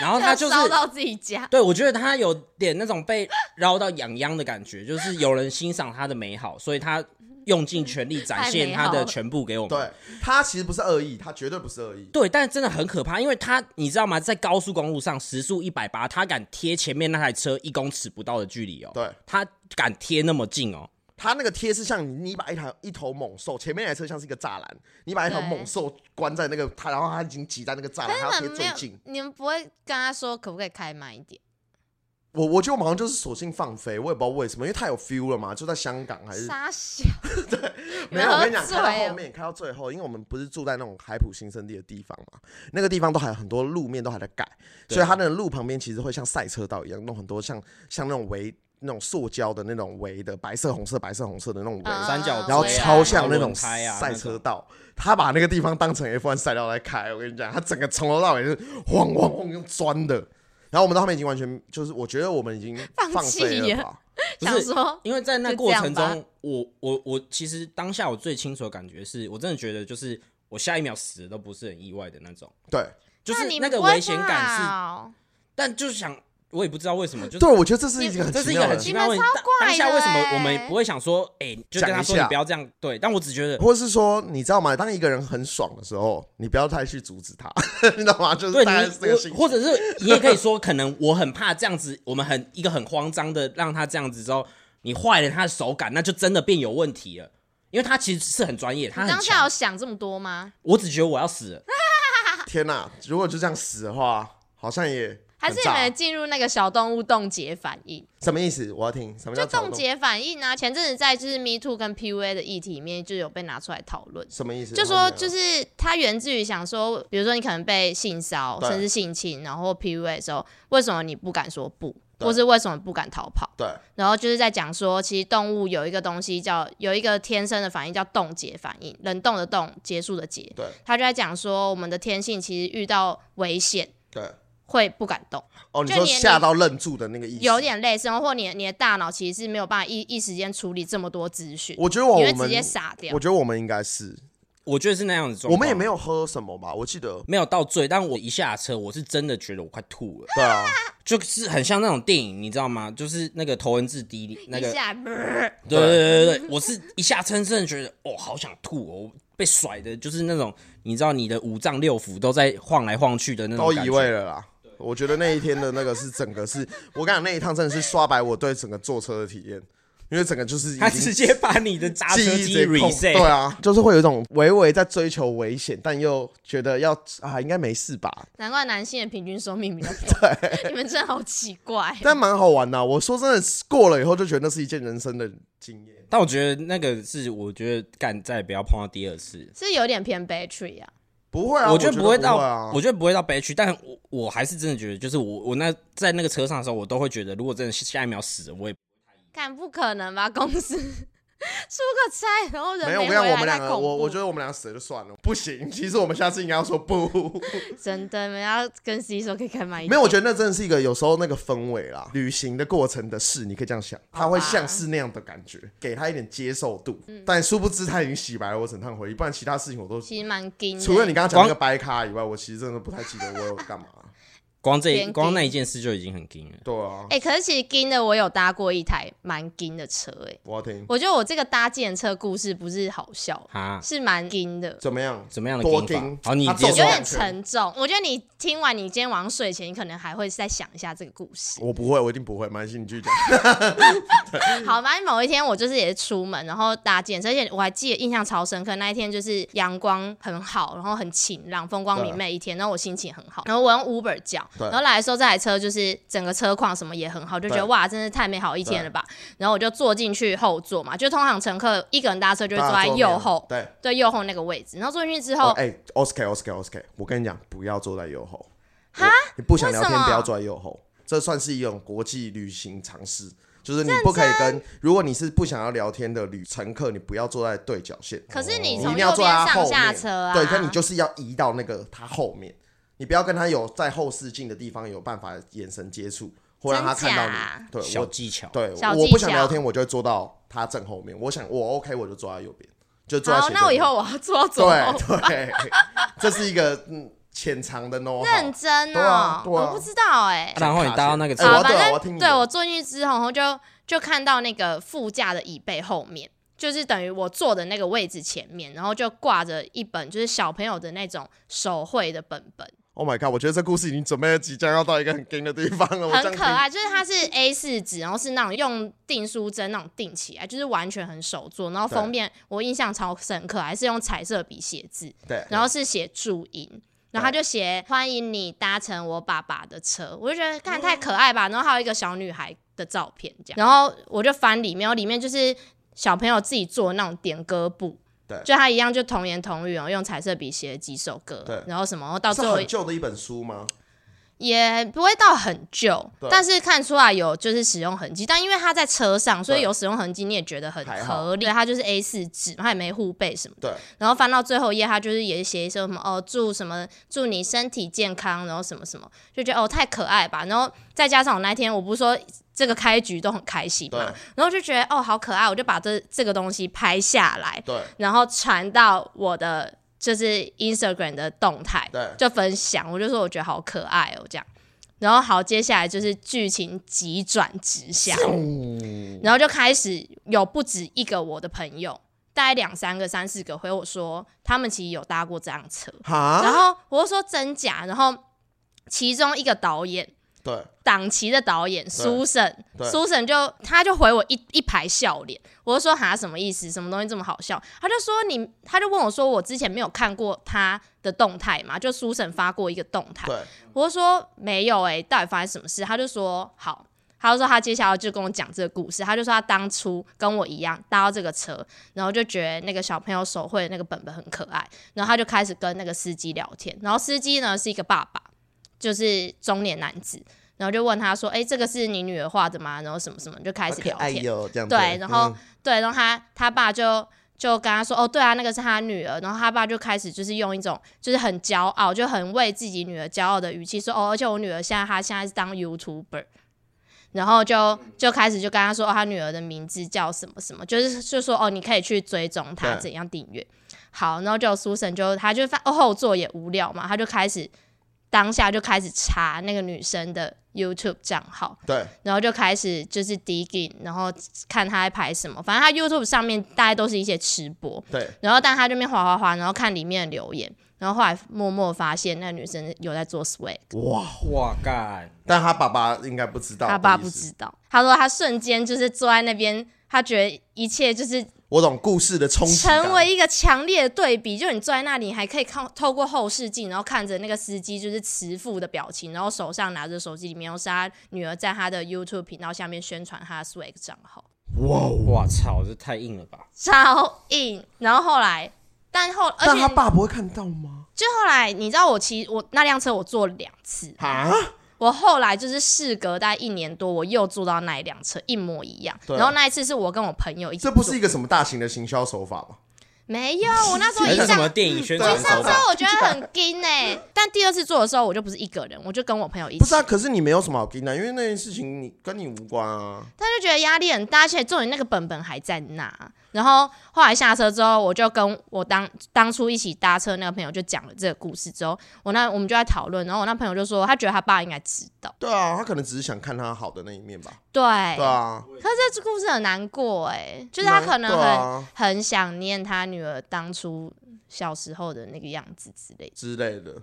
然后他就是烧到自己家，对，我觉得他有点那种被绕到痒痒的感觉，就是有人欣赏他的美好，所以他用尽全力展现他的全部给我们。对他其实不是恶意，他绝对不是恶意。对，但真的很可怕，因为他你知道吗，在高速公路上时速一百八，他敢贴前面那台车一公尺不到的距离哦，对他敢贴那么近哦，他那个贴是像你，你把一台一头猛兽，前面那台车像是一个栅栏，你把一头对猛兽关在那个他，然后他已经挤在那个栅栏，可是他要你贴们没最有近。，你们不会跟他说可不可以开慢一点？我我觉得我们好像就是索性放飞，我也不知道为什么，因为太有 feel 了嘛，就在香港还 是傻小，没有。我跟你讲，你们喝开醉到了后面开到最后，因为我们不是住在那种海普新生地的地方嘛，那个地方都还有很多路面都还在改，对所以它那个路旁边其实会像赛车道一样，弄很多像像那种围那种塑胶的那种围的白色红色白色红色的那种围，嗯三角锥啊然后超像然那后轮种胎啊赛车道，他把那个地方当成 F1 赛道来开。我跟你讲，他整个从头到尾就是晃晃晃用钻的。然后我们到后面已经完全就是，我觉得我们已经放放飞弃了了吧。不是想说因为在那就过这样程吧中，我我我其实当下我最清楚的感觉是，我真的觉得就是我下一秒死的都不是很意外的那种，对就是你那个不会危险感是，怕哦但就是想我也不知道为什么，就是对，我觉得这是一个很这是奇一个妙很的，奇妙的问题。当怪当下为什么的我们欸不会想说，哎、就跟讲他一说你下不要这样，对？但我只觉得，或是说你知道吗？当一个人很爽的时候，你不要太去阻止他，你知道吗？就是对大概是这你个心我，情。或者是你也可以说，可能我很怕这样子，我们很一个很慌张的让他这样子之后，你坏了他的手感，那就真的变有问题了。因为他其实是很专业，他你很当下强有。想这么多吗？我只觉得我要死了，天哪、如果就这样死的话，好像也还很是你炸们进入那个小动物冻结反应？什么意思？我要听什么叫就躁冻？结反应啊！前阵子在就是 Me Too 跟 PUA 的议题里面就有被拿出来讨论。什么意思？就我说还没有就是它源自于想说，比如说你可能被性骚对甚至性侵，然后 PUA 的时候，为什么你不敢说不，对或是为什么不敢逃跑？对然后就是在讲说，其实动物有一个东西叫有一个天生的反应叫冻结反应，冷冻的冻，结束的结。对他就在讲说，我们的天性其实遇到危险对会不敢动，哦，你就说你吓你到愣住的那个意思，有点类似，然后或你的你的大脑其实是没有办法一一时间处理这么多资讯，我觉得你我会们直接傻掉我。觉得我们应该是，我觉得是那样子状况。我们也没有喝什么吧？我 记得，没有到醉，但我一下车，我是真的觉得我快吐了，对啊，就是很像那种电影，你知道吗？就是那个头文字 D 那个一，下，呃对对对 对对，我是一下车真的觉得哦，好想吐哦，被甩的，就是那种你知道你的五脏六腑都在晃来晃去的那种 都感移觉。位了啦。我觉得那一天的那个是整个是，我跟你讲那一趟真的是刷白我对整个坐车的体验，因为整个就是已他经直接把你的刹车记忆机直接空 reset，对啊，就是会有一种微微在追求危险，但又觉得要啊应该没事吧，难怪男性的平均寿命 比较短。你们真的好奇怪。哦但蛮好玩的啊、我说真的，过了以后就觉得那是一件人生的经验。但我觉得那个是，我觉得干再也不要碰到第二次。是有点偏 battery 啊，不会啊，我觉得不会到，啊，我觉得不会到悲剧，但我我还是真的觉得，就是我我那在那个车上的时候，我都会觉得，如果真的下一秒死了，我也看不可能吧？公司出个差，然后人没有，我回跟你讲我来，们太恐两个，怖。我我觉得我们两个死了就算了，不行。其实我们下次应该要说不，真的，你们要跟 C 说可以开慢一点。没有，我觉得那真的是一个有时候那个氛围啦，旅行的过程的事，你可以这样想，它会像是那样的感觉，给他一点接受度。嗯但殊不知他已经洗白了我整趟回忆，不然其他事情我都，其实蛮惊的。除了你刚刚讲那个白咖以外，我其实真的不太记得我有干嘛。光这偏一低光那一件事就已经很惊了。对啊，哎、可是其实惊的，我有搭过一台蛮惊的车、哎，我要听我觉得我这个搭计程车故事不是好笑，哈，是蛮惊的。怎么样？怎么样的多惊惊法？好，你他接走有受到。点沉重，我觉得你听完，你今天晚上睡前，你可能还会再想一下这个故事。我不会，我一定不会。蛮心，你继 续讲。嗯好，反正某一天我就是也是出门，然后搭健身，而且我还记得印象超深刻。那一天就是阳光很好，然后很晴朗，风光明媚一天，然后我心情很好，然后我用 Uber 叫，啊对然后来的时候这台车就是整个车况什么也很好，就觉得对哇，真是太美好一天了吧。然后我就坐进去后座嘛，就通常乘客一个人搭车就会坐在右后，对。对右后那个位置，然后坐进去之后，哦哎、o s c a r o s c a r o s c a r 我跟你讲，不要坐在右后，哈，你不想聊天为什么不要拽右后，这算是一种国际旅行常识。就是你不可以跟，如果你是不想要聊天的旅乘客，你不要坐在对角线，可是哦你你一从定右要边坐在他上后下面。车啊，对，可你就是要移到那个他后面，你不要跟他有在后视镜的地方有办法眼神接触，或让他真看到假你。对，小我技巧。对小我技不想巧聊天，我就会坐到他正后面。我想我 OK，我就坐在右边，就坐在好，斜对那我以面后我要坐到左后，对对，这是一个嗯潜藏的 no 认真对哦，啊对啊我不知道哎、啊然后你搭到那个车哎，我啊，要对啊我要反听正你对的我坐进去之后，然后就就看到那个副驾的椅背后面，就是等于我坐的那个位置前面，然后就挂着一本就是小朋友的那种手绘的本本， Oh my god！我觉得这故事已经准备了，即将要到一个很 gay 的地方了。我这样很听可爱。就是它是 A 4纸，然后是那种用订书针那种订起来，就是完全很手做。然后封对面我印象超深刻，还是用彩色笔写字，对，然后是写注音。然后他就写欢迎你搭乘我爸爸的车，我就觉得看太可爱哦吧。然后还有一个小女孩的照片这样，然后我就翻里面，里面就是小朋友自己做的那种点歌簿，对就他一样就童言童语哦，用彩色笔写了几首歌对，然后什么，然后到最是后很旧的一本书吗？也不会到很旧对，但是看出来有就是使用痕迹，但因为它在车上，所以对有使用痕迹，你也觉得很还好合理。对它就是 A 4纸，它也没护背什么的。对，然后翻到最后一页，它就是也写一些什么哦，祝什么祝你身体健康，然后什么什么，就觉得哦太可爱吧。然后再加上我那天我不是说这个开局都很开心嘛对，然后就觉得哦好可爱，我就把这这个东西拍下来，对，然后传到我的就是 Instagram 的动态对，就分享，我就说我觉得好可爱哦这样。然后好，接下来就是剧情急转直下，然后就开始有不止一个我的朋友，大概两三个、三四个回我说，他们其实有搭过这辆车，然哈，后我就说真假，然后其中一个导演。对，党旗的导演苏沈，对苏沈就他就回我一一排笑脸，我就说哈什么意思？什么东西这么好笑？他就说你，他就问我说我之前没有看过他的动态嘛，就苏沈发过一个动态，对，我就说没有哎、到底发生什么事？他就说好，他就说他接下来就跟我讲这个故事，他就说他当初跟我一样搭到这个车，然后就觉得那个小朋友手绘的那个本本很可爱，然后他就开始跟那个司机聊天，然后司机呢是一个爸爸，就是中年男子。然后就问他说：“哎，这个是你女儿画的吗？”然后什么什么就开始好可聊爱天。哟，哎这样子对，然后、嗯对，然后他他爸就就跟他说，哦，对啊，那个是他女儿，然后他爸就开始就是用一种就是很骄傲，就很为自己女儿骄傲的语气说，哦，而且我女儿现在她现在是当 YouTuber。然后就就开始就跟他说，哦，他女儿的名字叫什么什么，就是就说哦，你可以去追踪她，对怎样订阅。好，然后就苏神就他就发、哦、后座也无聊嘛，他就开始当下就开始查那个女生的 YouTube 账号，对，然后就开始就是 digging，然后看他在拍什么。反正他 YouTube 上面大概都是一些吃播，对，然后但他这边滑滑滑，然后看里面的留言，然后后来默默发现那女生有在做 swag，哇！哇干，但他爸爸应该不知道，他爸不。知道。他说他瞬间就是坐在那边，他觉得一切就是我懂故事的冲击感，成为一个强烈的对比，就你坐在那里，你还可以看透过后视镜，然后看着那个司机就是慈父的表情，然后手上拿着手机，里面又是他女儿在他的 YouTube 频道下面宣传他的 swag 账号。哇哦！哇操，这太硬了吧！超硬。然后后来，但后而但且他爸不会看到吗？就后来，你知道我骑我那辆车我坐了两次，啊，我后来就是事隔大概一年多，我又坐到那一辆车，一模一样。对啊然后那一次是我跟我朋友一起坐，这不是一个什么大型的行销手法吗？没有，我那时候还一是什上么电影宣对传啊手上法？车我觉得很惊哎、但第二次坐的时候我就不是一个人，我就跟我朋友一起，不是啊，可是你没有什么好盯的，因为那件事情你跟你无关啊。但就觉得压力很大，而且重点那个本本还在那。然后后来下车之后，我就跟我当当初一起搭车那个朋友就讲了这个故事之后，我那我们就在讨论，然后我那朋友就说他觉得他爸应该知道，对啊，他可能只是想看他好的那一面吧。对，对啊，可是这故事很难过哎，就是他可能对很、啊很想念他女儿当初小时候的那个样子之类的。之类的，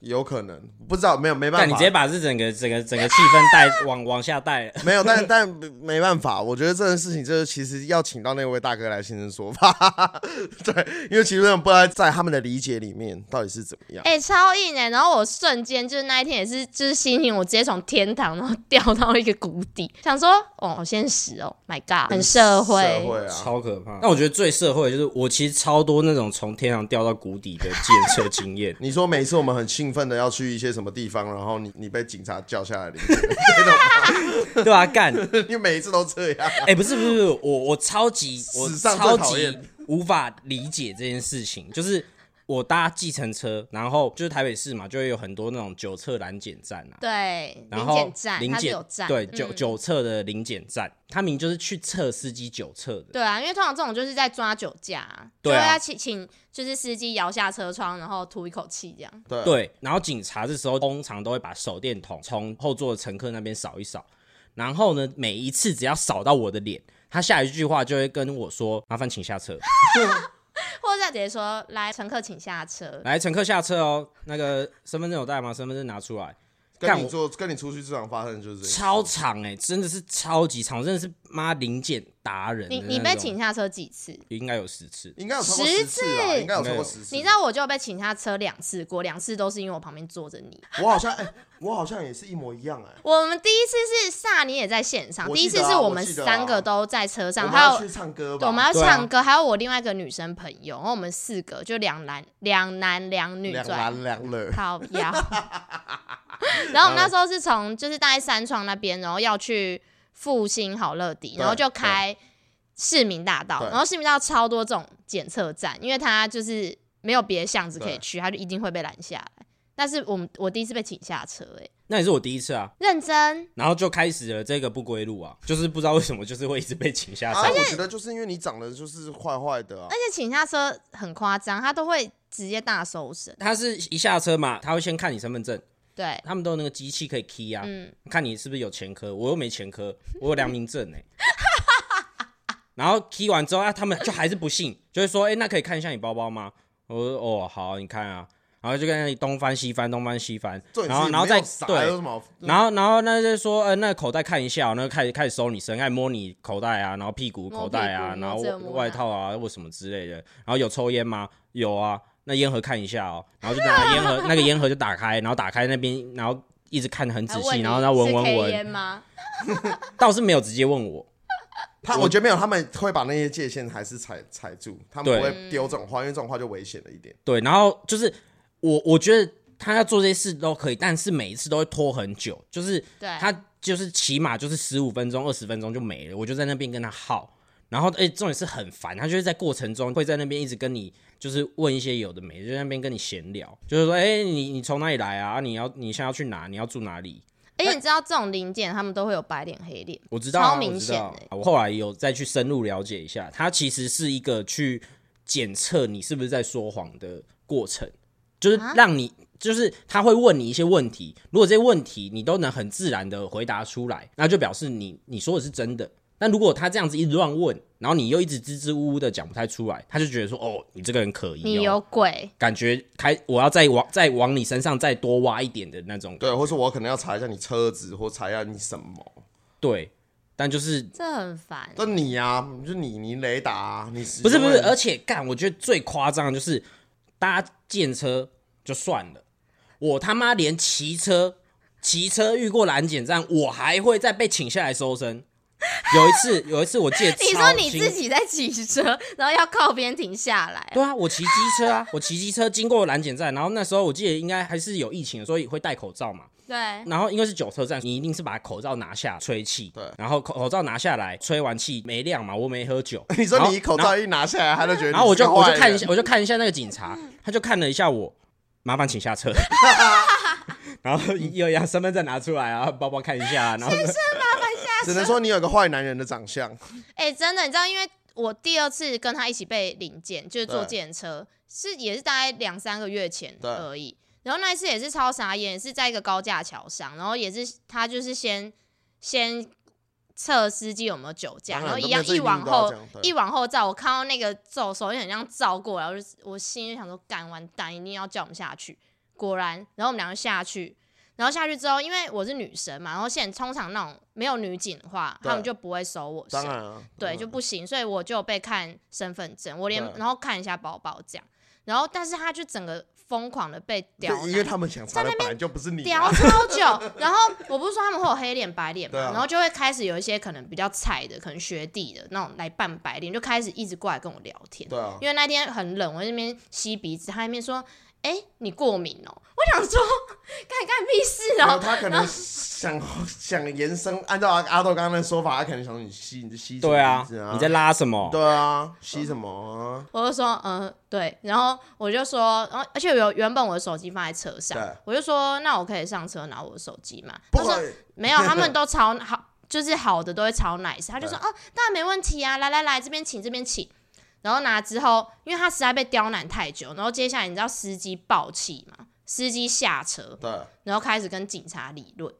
有可能不知道，没有没办法，但你直接把这整个整个整个气氛带往往下带了。没有，但但没办法，我觉得这件事情就是其实要请到那位大哥来现身说法， 对，因为其实我不知道在他们的理解里面到底是怎么样。哎、超硬哎、然后我瞬间就是那一天也是，就是心情我直接从天堂然后掉到一个谷底，想说哦，好现实哦，My God，很社会，社会啊，超可怕！但我觉得最社会的就是我其实超多那种从天上掉到谷底的借车经验 。你说每次我们很兴兴奋的要去一些什么地方，然后你你被警察叫下来领， 对吧、干，你每一次都这样。哎、不是不是，不是我我超级我史上最超讨级厌无法理解这件事情，就是我搭计程车，然后就是台北市嘛，就会有很多那种九侧拦检站啊。对，然零后检站临它是检有站，对嗯九九测的零检站，他明明就是去测司机九测的，对啊，因为通常这种就是在抓酒驾啊，对啊就要请请就是司机摇下车窗，然后吐一口气这样。对，对，然后警察这时候通常都会把手电筒从后座的乘客那边扫一扫，然后呢，每一次只要扫到我的脸，他下一句话就会跟我说：“麻烦请下车，或者直接说，来，乘客请下哎车。来，乘客下车哦，那个身份证有带吗？身份证拿出来。”干跟你我做跟你出去这场发生的就是这样超长哎、真的是超级长，我真的是妈零检达人的你那种。你被请下车几次？应该有十次，应该有超过十十次啊，次应该有超过应该十次。你知道我就被请下车两次过，两次都是因为我旁边坐着你。我好像哎、我好像也是一模一样哎、我们第一次是萨尼也在现场，我第记一得啊次是我我们记得啊三个都在车我上，们还要有去唱歌对吧，我们要对啊唱歌，还有我另外一个女生朋友，然后我们四个就两男两男两女两坐在男两 女，靠腰。然后我们那时候是从就是大概三创那边，然后要去复兴好乐迪，对然后就开市民大道对，然后市民大道超多这种检测站，因为它就是没有别的巷子可以去，它就一定会被拦下来。但是我们我第一次被请下车、欸，哎，那也是我第一次啊。认真。然后就开始了这个不归路啊，就是不知道为什么，就是会一直被请下车。哦啊，我觉得就是因为你长得就是坏坏的啊而，且请下车很夸张，他都会直接大搜身。他是一下车嘛，他会先看你身份证，对，他们都有那个机器可以 key 啊，嗯，看你是不是有前科。我又没前科，我有良民证哎、 然后 key 完之后啊，他们就还是不信，就会说：“哎、那可以看一下你包包吗？”我说：“哦，好啊，你看啊。”然后就跟那里东翻西翻，东翻西翻，重点然是后你然后没再有傻对有，什么好？然后，然后那就说，呃，那口袋看一下哦，那就开始开始搜你身，开始摸你口袋啊，然后屁股摸口袋啊，屁股然后摸这外摸那外套啊，或什么之类的。然后有抽烟吗？有啊，那烟盒看一下哦，然后就拿烟 盒，那个烟盒就打开，然后打开那边，然后一直看得很仔细，然后他闻闻闻，吗？倒是没有直接问我，他我我觉得没有，他们会把那些界限还是踩踩住，他们对不会丢这种话，因为这种话就危险了一点。对，然后就是我我觉得他要做这些事都可以，但是每一次都会拖很久，就是对，他就是起码就是十五分钟、二十分钟就没了，我就在那边跟他耗。然后，哎、重点是很烦，他就是在过程中会在那边一直跟你，就是问一些有的没的，就在那边跟你闲聊，就是说，哎、你你从哪里来啊？啊你要你现在要去哪？你要住哪里？而且你知道这种零件他们都会有白脸黑脸，我知道、啊，超明显欸我知道啊我后来有再去深入了解一下，它其实是一个去检测你是不是在说谎的过程，就是啊让你，就是他会问你一些问题，如果这些问题你都能很自然的回答出来，那就表示你你说的是真的。但如果他这样子一直乱问，然后你又一直支支吾吾的讲不太出来，他就觉得说，哦，你这个人可疑、哦，你有鬼。感觉开，我要再往再往你身上再多挖一点的那种，对，或是我可能要查一下你车子，或查一下你什么。对，但就是这很烦，那你呀、啊，就你，你雷达、啊，你不是不是，而且且干，我觉得最夸张的就是搭电车就算了，我他妈连骑车骑车遇过拦检站，我还会再被请下来搜身。有一次， 有一次我记得你说超你清自己在骑车，然后要靠边停下来，对啊，我骑机车啊， 我骑机车经过拦检站，然后那时候我记得应该还是有疫情，所以会戴口罩嘛。对，然后因为是九车站，你一定是把口罩拿下吹气，对，然后口口罩拿下来吹完气没亮嘛，我没喝酒你说然后你一口然后罩一拿下来，他就觉得你然后啊我就是个我就坏看一人下，我就看一下那个警察，他就看了一下我，麻烦请下 车。然后又要身份证拿出来啊，包包看一下啊，然后只能说你有个坏男人的长相。哎、真的，你知道，因为我第二次跟他一起被领检，就是坐对检车，是也是大概两三个月前对而已。然后那一次也是超傻眼，也是在一个高架桥上，然后也是他就是先先测司机有没有酒驾，当然后都一没有样这一定往都要后这样对一往后照，我看到那个皱手有点像照过来，我就我心里就想说，干完蛋，一定要叫我们下去。果然，然后我们两个下去，然后下去之后，因为我是女生嘛，然后现在通常那种没有女警的话，对他们就不会收我身当，然啊，对，嗯就不行，所以我就有被看身份证，我连对然后看一下包包这样，然后但是他就整个疯狂的被刁对难，因为他们想查的本来就不是你、聊啊，超久，然后我不是说他们会有黑脸白脸嘛，对啊然后就会开始有一些可能比较菜的，可能学弟的那种来扮白脸，就开始一直过来跟我聊天。对啊，因为那天很冷，我在那边吸鼻子，他在那边说：“哎、你过敏哦、我想说，干干屁事然后哦、他可能想想延伸，按照阿阿豆刚刚的说法，他可能想你吸你吸什么对啊意思，你在拉什么？对啊，吸什么啊？我就说，嗯，对，然后我就说，然后而且有原本我的手机放在车上对，我就说，那我可以上车拿我的手机嘛？不他说会没有，他们都超好，就是好的都会超 nice，他就说，哦，当然没问题啊，来来来，这边请，这边请。然后拿之后，因为他实在被刁难太久，然后接下来你知道司机暴气嘛？司机下车，对然后开始跟警察理论。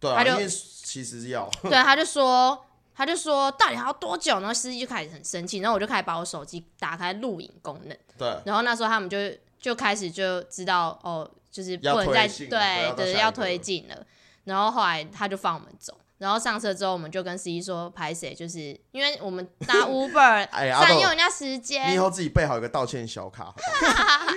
对啊，他就因为其实要对，他就说，他就说到底还要多久？然后司机就开始很生气，然后我就开始把我手机打开录影功能，对然后那时候他们就就开始就知道哦，就是不要能推再进对了对要到下一要个推了进了。然后后来他就放我们走，然后上车之后我们就跟司机说拍谁，就是因为我们 搭 Uber 哎阿占豆用人家时你以哎间。后自己备好一个道歉小卡，好 不好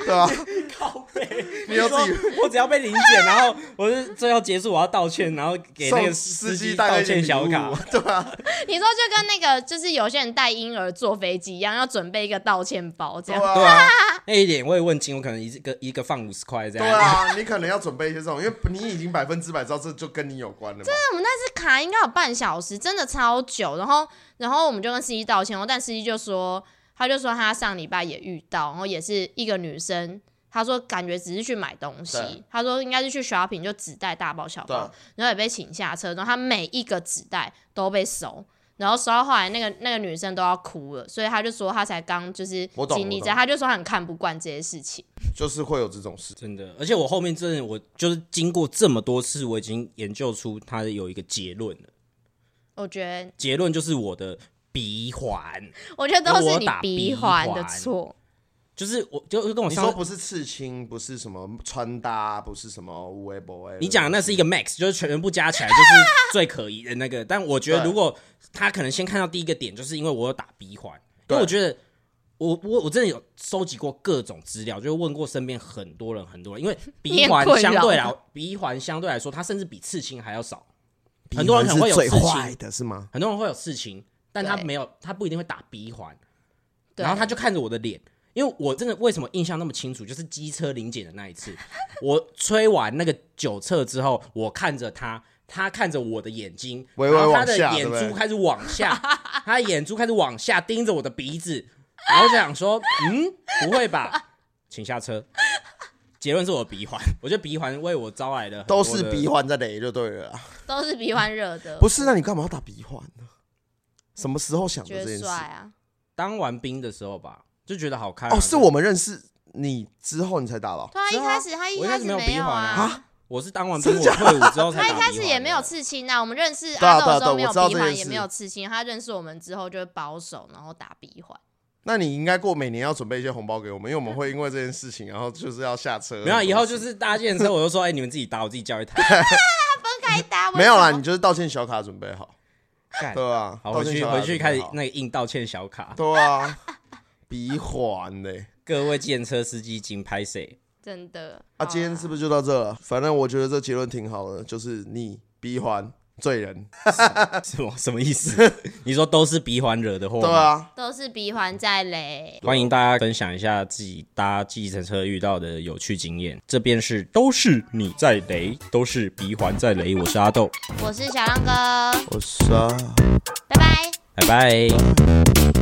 对啊，靠背，你要自己说我只要被临检，然后我是最后结束，我要道歉，然后给那个送司司机机道带歉小卡。，对啊，你说就跟那个就是有些人带婴儿坐飞机一样，要准备一个道歉包这对样。对啊，啊，那一点我也问清，我可能一个一个放五十块这对样。啊，你可能要准备一些这种，因为你已经百分之百知道这就跟你有关了嘛。我们那次卡应该有半小时，真的超久。然后，然后我们就跟司机道歉，然后但司机就说，他就说他上礼拜也遇到，然后也是一个女生，他说感觉只是去买东西对，他说应该是去 shopping，就只带大包小对啊包，然后也被请下车，然后他每一个纸袋都被收。然后收到后来，那个那个女生都要哭了，所以他就说他才刚就是我懂经历我这，懂他就说他很看不惯这些事情。就是会有这种事。真的，而且我后面真的，我就是经过这么多次，我已经研究出它有一个结论了。我觉得，结论就是我的鼻环，我觉得都是我你打鼻环的环错。就是我就就跟我你上说不是刺青，不是什么穿搭，不是什么无微博哎，你讲的那是一个 max，就是全部加起来就是最可疑的那个。但我觉得对如果他可能先看到第一个点，就是因为我有打鼻环，因对为我觉得我我我真的有收集过各种资料，就问过身边很多人很多人，因为鼻环 你也困扰相对来鼻环相对来说，它甚至比刺青还要少。鼻很多人可环能会是有最刺青坏的是吗？很多人会有刺青，但他对没有，他不一定会打鼻环。对然后他就看着我的脸，因为我真的为什么印象那么清楚，就是机车临检的那一次，我吹完那个酒测之后，我看着他，他看着我的眼睛，微微然后他往的下眼对不对珠开始往 下，他的眼珠开始往下盯着我的鼻子，然后我就想说，嗯，不会吧，请下车。结论是我的鼻环，我觉得鼻环为我招来了很都多是的鼻环在雷就对了啦。都是鼻环惹的，不是，那你干嘛要打鼻环呢？什么时候想的觉这得件事帅？啊。当完兵的时候吧，就觉得好看啊、哦，是我们认识你之后你才打的哦。对啊，是一啊开始他一我一开开始始没有没鼻有环啊啊，我是当完兵真我假退伍之后才他一打开鼻始环也没有的刺青啊。我们认识对啊阿豆的时对啊对啊候没有我知道鼻这环，件也事没有刺青。他认识我们之后就会保守，然后打鼻环。那你应该过每年要准备一些红包给我们，因为我们会因为这件事情，然后就是要下车。 没有，啊以后就是搭建车，我就说，哎、你们自己搭，我自己叫一台。 分开打，没有为啦，什你么就是道歉小卡准备好，干对啊，好，道回歉去小卡回去开始准备好那个印道歉小卡。对啊，鼻环嘞、各位建车司机，请拍 谁？真的啊，今天是不是就到这了？反正我觉得这结论挺好的，就是你鼻环罪人，什么什么意思？ 你说都是鼻环惹的祸？对。啊，都是鼻环在嘞？欢迎大家分享一下自己搭计程车遇到的有趣经验。这边是都是你在雷，都是鼻环在雷。我是阿豆，我是小浪哥，我杀。拜拜。拜拜。